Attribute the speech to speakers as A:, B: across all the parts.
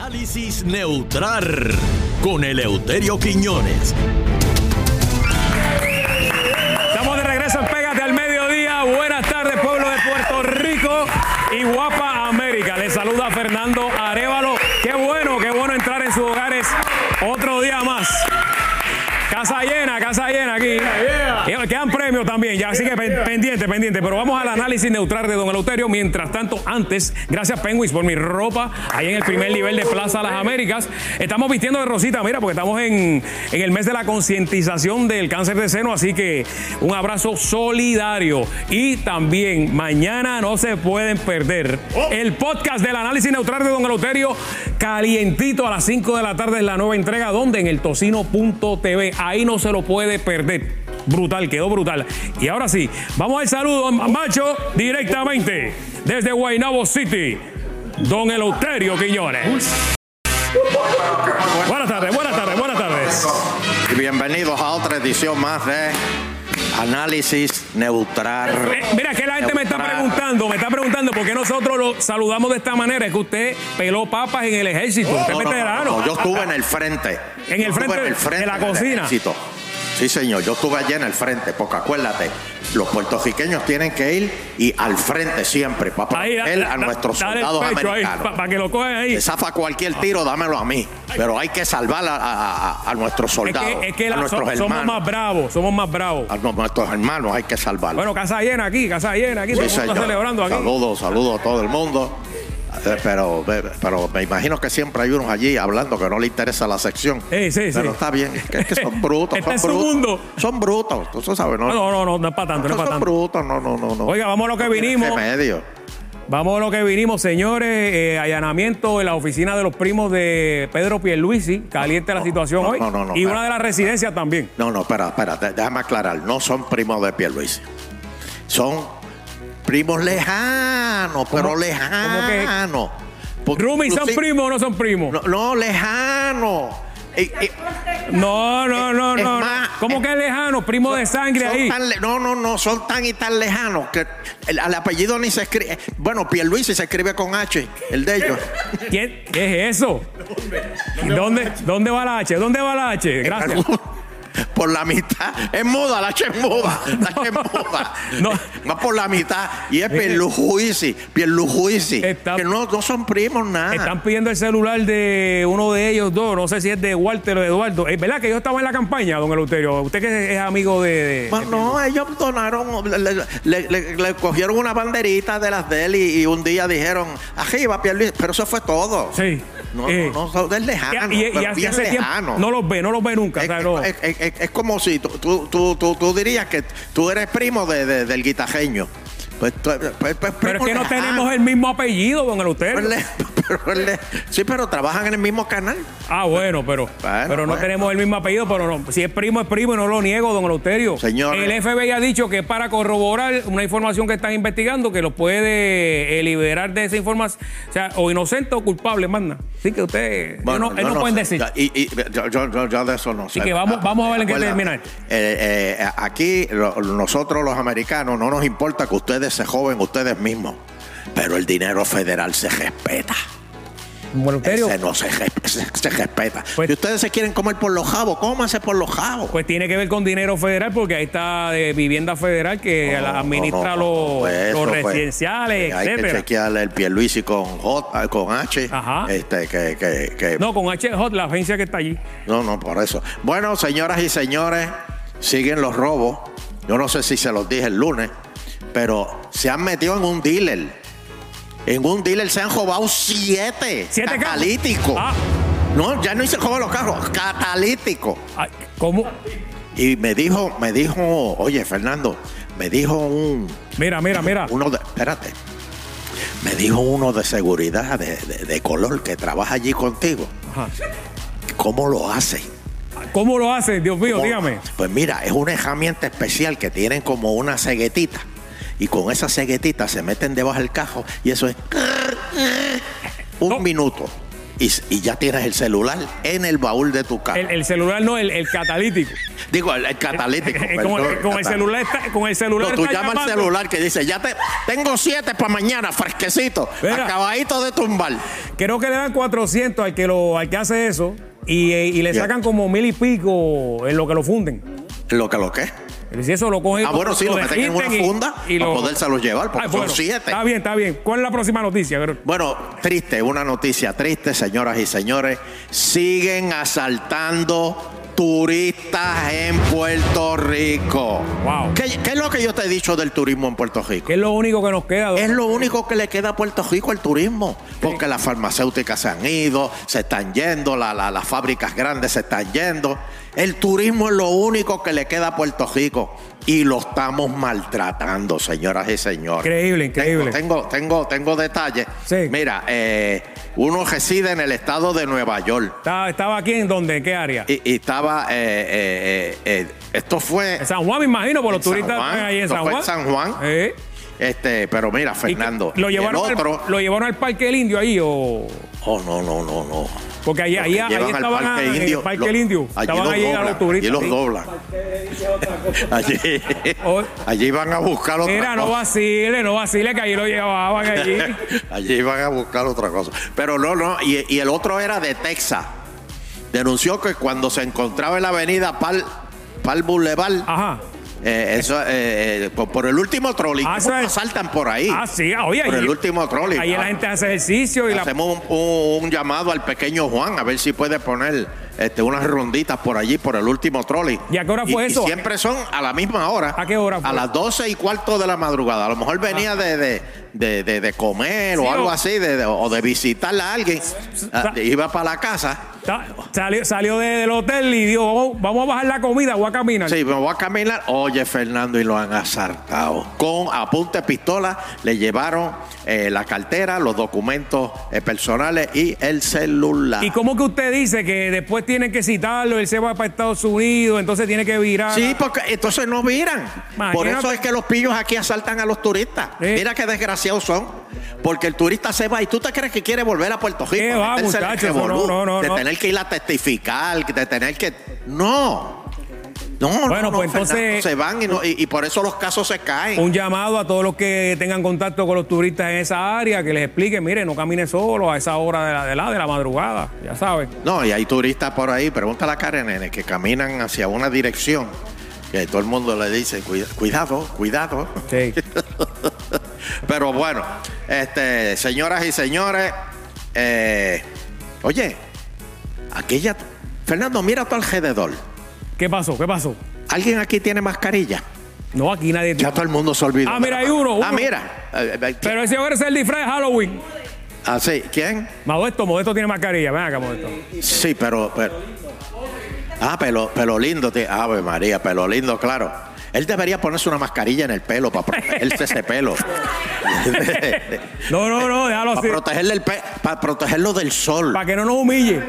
A: Análisis neutral con Eleuterio Quiñones.
B: Estamos de regreso en Pégate al Mediodía. Buenas tardes, pueblo de Puerto Rico y guapa América. Les saluda Fernando Arevalo. Qué bueno, qué bueno entrar en sus hogares otro día más. Casa llena, casa llena aquí. Y Quedan premios también, ya, así que pen- pendiente, pendiente. Pero vamos al análisis neutral de Don Eleuterio. Mientras tanto, antes, gracias Penguins por mi ropa, ahí en el primer nivel de Plaza Las Américas. Estamos vistiendo de rosita, mira, porque estamos en, en el mes de la concientización del cáncer de seno, así que un abrazo solidario. Y también, mañana no se pueden perder el podcast del análisis neutral de Don Eleuterio, calientito a las 5 de la tarde es la nueva entrega, donde en el tocino.tv, ahí no se lo puede perder. Brutal, quedó brutal. Y ahora sí, vamos al saludo, macho, directamente desde Guaynabo City, don Eleuterio Quiñones. Buenas tardes, buenas tardes, buenas tardes.
C: Y Bienvenidos a otra edición más de Análisis Neutral.
B: Eh, mira, que la gente me está preguntando, me está preguntando por qué nosotros lo saludamos de esta manera. Es que usted peló papas en el ejército, usted es
C: No, no, no,
B: veterano.
C: no, yo estuve en el frente.
B: En el
C: Yo estuve
B: frente de la
C: del
B: cocina.
C: ejército. Sí, señor, yo estuve allí en el frente, porque acuérdate, los puertorriqueños tienen que ir y al frente siempre, para
B: Ahí, da-
C: proteger
B: da-
C: a nuestros
B: dale el
C: soldados
B: pecho ahí,
C: americanos.
B: pa- pa' que lo cojan ahí.
C: Te zafa cualquier tiro, dámelo a mí. Pero hay que salvar a, a- a- a nuestros
B: Es
C: soldados,
B: que, es que
C: a
B: la-
C: nuestros
B: so- somos
C: hermanos.
B: más bravos, somos más bravos.
C: A nuestros hermanos hay que salvarlos.
B: Bueno, casa llena aquí, casa llena aquí, todo
C: Sí,
B: el mundo está
C: señor.
B: celebrando aquí.
C: Saludos, saludos a todo el mundo. Eh, Pero, pero me imagino que siempre hay unos allí hablando que no le interesa la sección.
B: Eh, sí, sí.
C: Pero está bien, es que, es que son brutos.
B: Está en su
C: son brutos.
B: mundo.
C: Son brutos, tú sabes, ¿no?
B: No, no, no, no, no es para tanto, no es
C: Estos
B: para
C: son
B: tanto.
C: brutos, no, no, no. no.
B: Oiga, vamos a lo que
C: No tiene
B: vinimos.
C: remedio.
B: Vamos a lo que vinimos, señores. Eh, allanamiento en la oficina de los primos de Pedro Pierluisi. Caliente la situación
C: no,
B: hoy.
C: no, no, no,
B: y
C: espera.
B: una de las residencias también.
C: No, no, espera, espera, de- déjame aclarar. No son primos de Pierluisi. Son primos lejanos, pero lejanos. Porque
B: Rumi, ¿son
C: inclusive-
B: primos o no son primos?
C: No, no, lejanos. Y- y-
B: No, no, no, no.
C: Es
B: no.
C: más,
B: ¿Cómo
C: es-
B: que lejano? Primo de sangre
C: Son
B: ahí.
C: tan le- no, no, no, son tan y tan lejanos que el, al apellido ni se escribe. Bueno, Pierluisi se escribe con H, el de ellos.
B: ¿Quién- ¿Qué es eso? ¿Dónde, ¿Dónde va la H? ¿Dónde va la H? Gracias.
C: Por la mitad. Es muda, la H es muda. La H es muda.
B: No.
C: Va por la mitad. Y es Pierluisi, Pierluisi.
B: Está-
C: que no, no son primos nada.
B: Están pidiendo el celular de uno de ellos dos. No sé si es de Walter o de Eduardo. Es verdad que yo estaba en la campaña, don Eleuterio. Usted que es amigo de- de,
C: Bueno, no, ellos donaron, le, le- le- le- le cogieron una banderita de las de él y, y un día dijeron, arriba, Pierluisi. Pero eso fue todo.
B: Sí.
C: No,
B: Eh.
C: no, no, son es lejano.
B: Y, y- y
C: pero
B: hace,
C: bien
B: hace tiempo
C: lejano.
B: no los ve, no los ve nunca.
C: Es,
B: o sea, no.
C: es- es- es- es como si tú, tú, tú, tú- tú dirías que tú eres primo de, de- del guitajeño. Pues, tú- pues- pues
B: pero es
C: primo
B: que no
C: lejano.
B: tenemos el mismo apellido, don Eleuterio.
C: Pero le- pero pues le- sí, pero trabajan en el mismo canal.
B: Ah, bueno, pero, pero no
C: bueno.
B: tenemos el mismo apellido, pero no. Si es primo, es primo y no lo niego, don Eleuterio.
C: Señores.
B: El FBI ha dicho que es para corroborar una información que están investigando, que lo puede eh, liberar de esa información. O sea, o inocente o culpable, manda. Así que usted.
C: Bueno,
B: no, él
C: yo
B: no, pueden
C: sé.
B: decir.
C: Ya, Y, y- yo, yo- yo- yo de eso no sé.
B: que vamos- vamos a ver en qué
C: Acuérdate,
B: termina esto.
C: eh, eh, aquí, lo- nosotros los americanos, no nos importa que ustedes se joven ustedes mismos. Pero el dinero federal se respeta.
B: Don Eleuterio.
C: Ese no se, resp- se- se respeta.
B: Pues-
C: si ustedes se quieren comer por los jabos, cómanse por los jabos.
B: Pues tiene que ver con dinero federal, porque ahí está de vivienda federal que la
C: No,
B: administra
C: no, no,
B: los,
C: pues eso,
B: los
C: pues,
B: residenciales,
C: eh, Hay que
B: etcétera.
C: chequearle el Pierluisi con J, con H.
B: Ajá.
C: Este, que, que, que- no.
B: No, con H Hot, la agencia que está allí.
C: no, por eso. Bueno, señoras y señores, siguen los robos. Yo no sé si se los dije el lunes, pero se han metido en un dealer. En un dealer se han robado siete,
B: Siete carros.
C: catalíticos.
B: Ah.
C: No, ya no hice robo los carros, catalíticos.
B: Ay, ¿Cómo?
C: Y me dijo, me dijo, oye, Fernando, me dijo un,
B: Mira, mira, mira.
C: Uno de, espérate. Me dijo uno de seguridad de, de- de color que trabaja allí contigo.
B: Ajá.
C: ¿Cómo lo hace?
B: ¿Cómo lo hacen? Dios mío,
C: ¿Cómo?
B: dígame.
C: Pues mira, es una herramienta especial que tienen como una ceguetita. Y con esa ceguetita se meten debajo del cajo y eso es. Un
B: No.
C: minuto. y, y ya tienes el celular en el baúl de tu carro.
B: El, el celular no, el, el catalítico.
C: Digo, el, el catalítico.
B: Eh, con, eh,
C: perdón,
B: con el
C: catalítico.
B: celular está, con el celular
C: No, tú
B: está
C: llamas al
B: llamando.
C: celular que dice, ya te tengo siete para mañana, fresquecito,
B: Mira.
C: acabadito de tumbar.
B: Creo que le dan 400 al que, lo, al que hace eso y, eh, y le
C: Ya.
B: sacan como mil y pico en lo que lo funden.
C: Lo que lo que.
B: Pero Si eso lo cogen.
C: Ah, bueno, sí, lo meten en una
B: desquinten y-
C: funda
B: y
C: para
B: lo-
C: podérselo llevar, porque
B: Ay,
C: son
B: bueno,
C: siete.
B: Está bien, está bien. ¿Cuál es la próxima noticia? Gerardo?
C: Bueno, triste, una noticia triste, señoras y señores. Siguen asaltando turistas en Puerto Rico.
B: Wow.
C: ¿Qué, qué es lo que yo te he dicho del turismo en Puerto Rico?
B: ¿Qué es lo único que nos queda?
C: Es lo único que le queda a Puerto Rico el turismo, porque las farmacéuticas se han ido, se están yendo, la- la- las fábricas grandes se están yendo. El turismo es lo único que le queda a Puerto Rico y lo estamos maltratando, señoras y señores.
B: Increíble, increíble.
C: Tengo, tengo, tengo, tengo detalles.
B: Sí.
C: Mira, eh, uno reside en el estado de Nueva York.
B: Estaba, estaba aquí en dónde, en qué área.
C: Y, y estaba, eh, eh, eh, eh, esto fue,
B: en San Juan, me imagino, por los
C: en San
B: turistas
C: Juan.
B: ahí en
C: Eso
B: San
C: fue
B: Juan.
C: en San Juan.
B: Eh.
C: este, pero mira,
B: ¿Y
C: Fernando,
B: Lo
C: y el
B: llevaron,
C: otro,
B: al, lo llevaron al Parque del Indio ahí o.
C: Oh, no, no, no, no.
B: Porque ahí, Ah, ahí,
C: Los que
B: ahí
C: llevan al
B: estaban a-
C: Parque
B: en
C: Indio,
B: el Parque
C: lo-
B: del Indio.
C: Allí
B: estaban
C: los
B: allí a
C: doblan,
B: los turistas.
C: allí los
B: sí.
C: doblan. Allí,
B: O-
C: allí van a buscar otra
B: Mira, no
C: cosa.
B: vacile, no vacile, que ahí lo llevaban allí.
C: allí van a buscar otra cosa. Pero no, no. Y, y el otro era de Texas. Denunció que cuando se encontraba en la avenida Pal, Pal Boulevard,
B: Ajá.
C: eh, eso, eh, eh, por, por el último trolley,
B: Ah,
C: ¿cómo
B: eso es-
C: asaltan por ahí.
B: Ah, sí, ah, oye.
C: Por
B: allí-
C: el último trolley.
B: Ahí
C: Ah,
B: la gente hace ejercicio y la.
C: Hacemos un, un- un llamado al pequeño Juan a ver si puede poner este, unas ronditas por allí, por el último trolley.
B: ¿Y a qué hora fue eso?
C: siempre son a la misma hora.
B: ¿A qué hora fue? Ah.
C: A las 12 y cuarto de la madrugada. A lo mejor venía de, de, de- de- de comer
B: Sí,
C: o algo
B: o-
C: así, de- de- o de visitarle a alguien. Ah, Iba para la casa.
B: Ta- Salió, salió de- del hotel y dijo, "Oh, vamos a bajar la comida, voy a caminar.
C: Sí, me voy a caminar. Oye, Fernando, y lo han asaltado. Con apunte pistola le llevaron eh, la cartera, los documentos eh, personales y el celular.
B: ¿Y cómo que usted dice que después tienen que citarlo, él se va para Estados Unidos, entonces tiene que virar?
C: Sí, porque entonces no miran.
B: Imagínate.
C: Por eso es que los pillos aquí asaltan a los turistas.
B: Sí.
C: Mira qué desgraciados son. Porque el turista se va y tú te crees que quiere volver a Puerto Rico.
B: ¿Qué va,
C: meterse en el
B: muchacho? Eso no,
C: revolú,
B: no, no,
C: de
B: no.
C: tener que ir a testificar, de tener que. No. No, no,
B: Bueno,
C: no,
B: pues
C: Fernando,
B: entonces-
C: Se van y, no- y- y por eso los casos se caen.
B: Un llamado a todos los que tengan contacto con los turistas en esa área, que les expliquen, mire, no camine solo a esa hora de la, de la, de la madrugada, ya saben.
C: No, y hay turistas por ahí, pregúntale a Karen Nene, que caminan hacia una dirección que todo el mundo le dice, "Cuida- cuidado, cuidado.
B: Sí.
C: Pero bueno, este, señoras y señores, eh, oye, aquella. Fernando, mira a tu alrededor.
B: ¿Qué pasó? ¿Qué pasó?
C: ¿Alguien aquí tiene mascarilla?
B: No, aquí nadie
C: Ya todo el mundo se olvidó.
B: Ah, mira, hay uno,
C: Ah,
B: uno.
C: mira. Eh, eh,
B: Pero ese ahora es el disfraz de Halloween.
C: Ah, sí, ¿quién?
B: Modesto, Modesto tiene mascarilla, ven acá, Modesto.
C: Sí, pero. pero ah, pelo, pelo lindo. te- Ave María, pelo lindo, claro. Él debería ponerse una mascarilla en el pelo para protegerse ese pelo.
B: No, no, no, déjalo
C: para,
B: así.
C: protegerle el pe- para protegerlo del sol.
B: Para que no nos humille.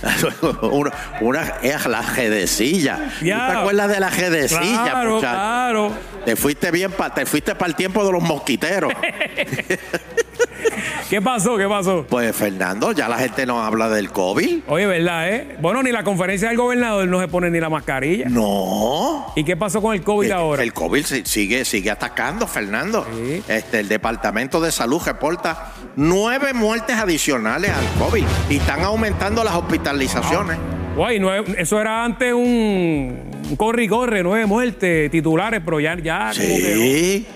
C: una, una- es la jedecilla. ¿Tú
B: Ya.
C: te acuerdas de la jedecilla,
B: claro,
C: muchacho?
B: claro.
C: Te fuiste bien pa- te fuiste para el tiempo de los mosquiteros.
B: ¿Qué pasó? ¿Qué pasó?
C: pues Fernando, ya la gente no habla del COVID.
B: Oye, ¿verdad, eh? Bueno, ni la conferencia del gobernador no se pone ni la mascarilla.
C: No.
B: ¿Y qué pasó con el COVID
C: El-
B: ahora?
C: El COVID si- sigue, sigue atacando, Fernando.
B: Sí.
C: Este, el Departamento de Salud reporta nueve muertes adicionales al COVID y están aumentando las hospitalizaciones.
B: Guay, nueve- eso era antes un, un corre y corre, nueve muertes, titulares, pero ya, ya como Ah, que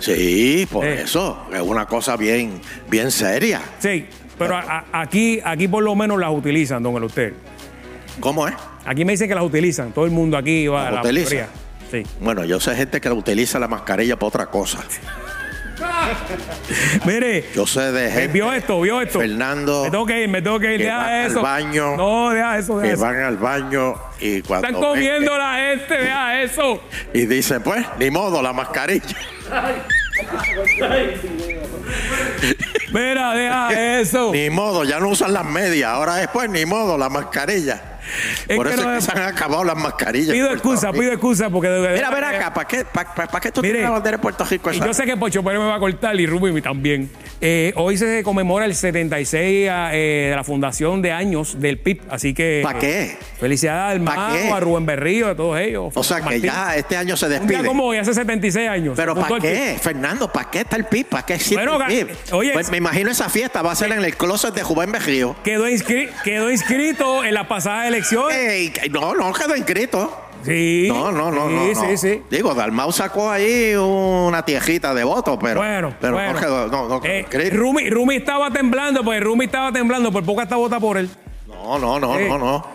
C: Sí, sí, por
B: Eh.
C: eso. Es una cosa bien, bien seria.
B: no. Sí, pero a- a- aquí, aquí por lo menos las utilizan, don usted.
C: ¿Cómo es?
B: Aquí me dicen que las utilizan, todo el mundo aquí va a la
C: ¿Las utiliza?
B: mayoría. Sí.
C: Bueno, yo sé gente que utiliza la mascarilla para otra cosa.
B: Mire,
C: Yo sé de
B: eh,
C: gente
B: vio esto, vio esto.
C: Fernando,
B: Me tengo que ir, me tengo que ir,
C: que
B: deja
C: van al
B: eso.
C: baño,
B: no, deja eso, deja
C: que
B: eso.
C: van al baño y cuando
B: Están
C: ven-
B: comiendo la gente, deja eso.
C: y dicen, pues, ni modo, la mascarilla.
B: Mira, deja eso.
C: Ni modo, ya no usan las medias. Ahora después, ni modo, "Pues, la mascarilla.
B: Es
C: Por
B: que
C: eso
B: no
C: es que
B: es-
C: se han acabado las mascarillas. en
B: Pido
C: Puerto
B: excusa,
C: Rico.
B: pido excusa porque de verdad
C: Mira, ven
B: que-
C: acá, ¿para qué, pa- pa- pa qué tú
B: Mire,
C: tienes la bandera de Puerto Rico?
B: Y
C: esa?
B: yo sé que Pocho Pérez me va a cortar y Rubí también. Eh, hoy se conmemora el 76 a, eh, de la fundación de años del PIB, así que...
C: ¿Pa qué?
B: Felicidades al
C: ¿Pa qué?
B: Mago, a Rubén Berrío, a todos ellos.
C: O sea, que
B: Martín.
C: ya este año se
B: Un día
C: despide.
B: como hoy, hace 76 años.
C: Pero
B: Se juntó
C: ¿para
B: el PIB.
C: qué, Fernando? ¿Para qué está el PIB? ¿Para qué existe
B: Bueno,
C: el PIB?
B: ga- oye,
C: Pues
B: es-
C: me imagino esa fiesta va a ser en el closet de Juven Berrío.
B: Quedó, inscri- quedó inscrito en las pasadas elecciones.
C: Ey, no, no quedó inscrito.
B: Sí.
C: Eh, No, no, no,
B: sí,
C: no,
B: Sí,
C: no.
B: sí.
C: Digo, Dalmau sacó ahí una tiejita de votos, pero,
B: bueno,
C: pero
B: bueno.
C: no quedó, no, no quedó
B: Eh,
C: inscrito.
B: Rumi, Rumi estaba temblando, pues Rumi estaba temblando, por poca está vota por él.
C: No, no, no,
B: Eh,
C: no, no.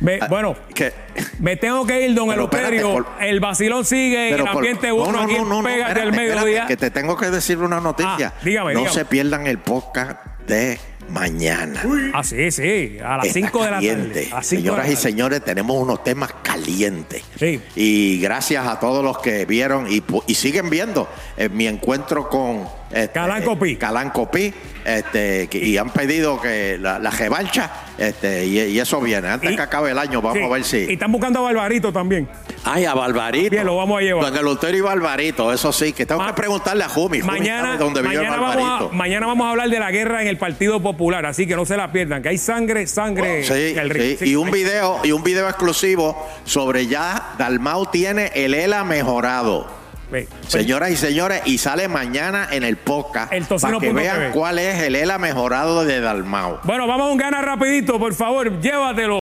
B: Ve-
C: Ah,
B: bueno,
C: Que-
B: me tengo que ir, don
C: Pero espérate,
B: Eleuterio.
C: por-
B: el vacilón sigue,
C: pero
B: el
C: por-
B: ambiente bueno aquí en Pega del
C: espérate, espérate,
B: mediodía.
C: que te tengo que decir una noticia.
B: Ah, dígame,
C: no
B: dígame.
C: se pierdan el podcast de mañana.
B: Ah, sí, sí, a las
C: Está
B: 5 de la tarde.
C: caliente.
B: A las cinco de la
C: Señoras y
B: tarde.
C: señores, tenemos unos temas calientes.
B: Sí.
C: Y gracias a todos los que vieron y, pu- y siguen viendo eh, mi encuentro con este,
B: Calán Copí.
C: Calán Copí, este, que- y, han pedido que la, la revancha, este, y, y eso viene. Antes
B: Y-
C: que acabe el año, vamos
B: Sí,
C: a ver
B: Y
C: si.
B: están buscando a Barbarito también.
C: Ay, a Barbarito.
B: Bien, lo vamos a llevar.
C: Don Eleuterio y Barbarito, eso sí, que tengo
B: Ma-
C: que preguntarle a Jumi. Jumi
B: Mañana,
C: sabe dónde vive
B: mañana,
C: Barbarito.
B: vamos a, mañana vamos a hablar de la guerra en el Partido Popular, así que no se la pierdan, que hay sangre, sangre
C: Sí,
B: en eh, el
C: sí,
B: ring. Sí,
C: y un
B: hay-
C: video y un video exclusivo sobre ya Dalmau tiene el ELA mejorado.
B: ve, pues,
C: Señoras y señores, y sale mañana en el podcast
B: El
C: para que
B: tocino.tv.
C: vean cuál es el ELA E mejorado de Dalmau.
B: Bueno, vamos a un gana rapidito, por favor, llévatelo.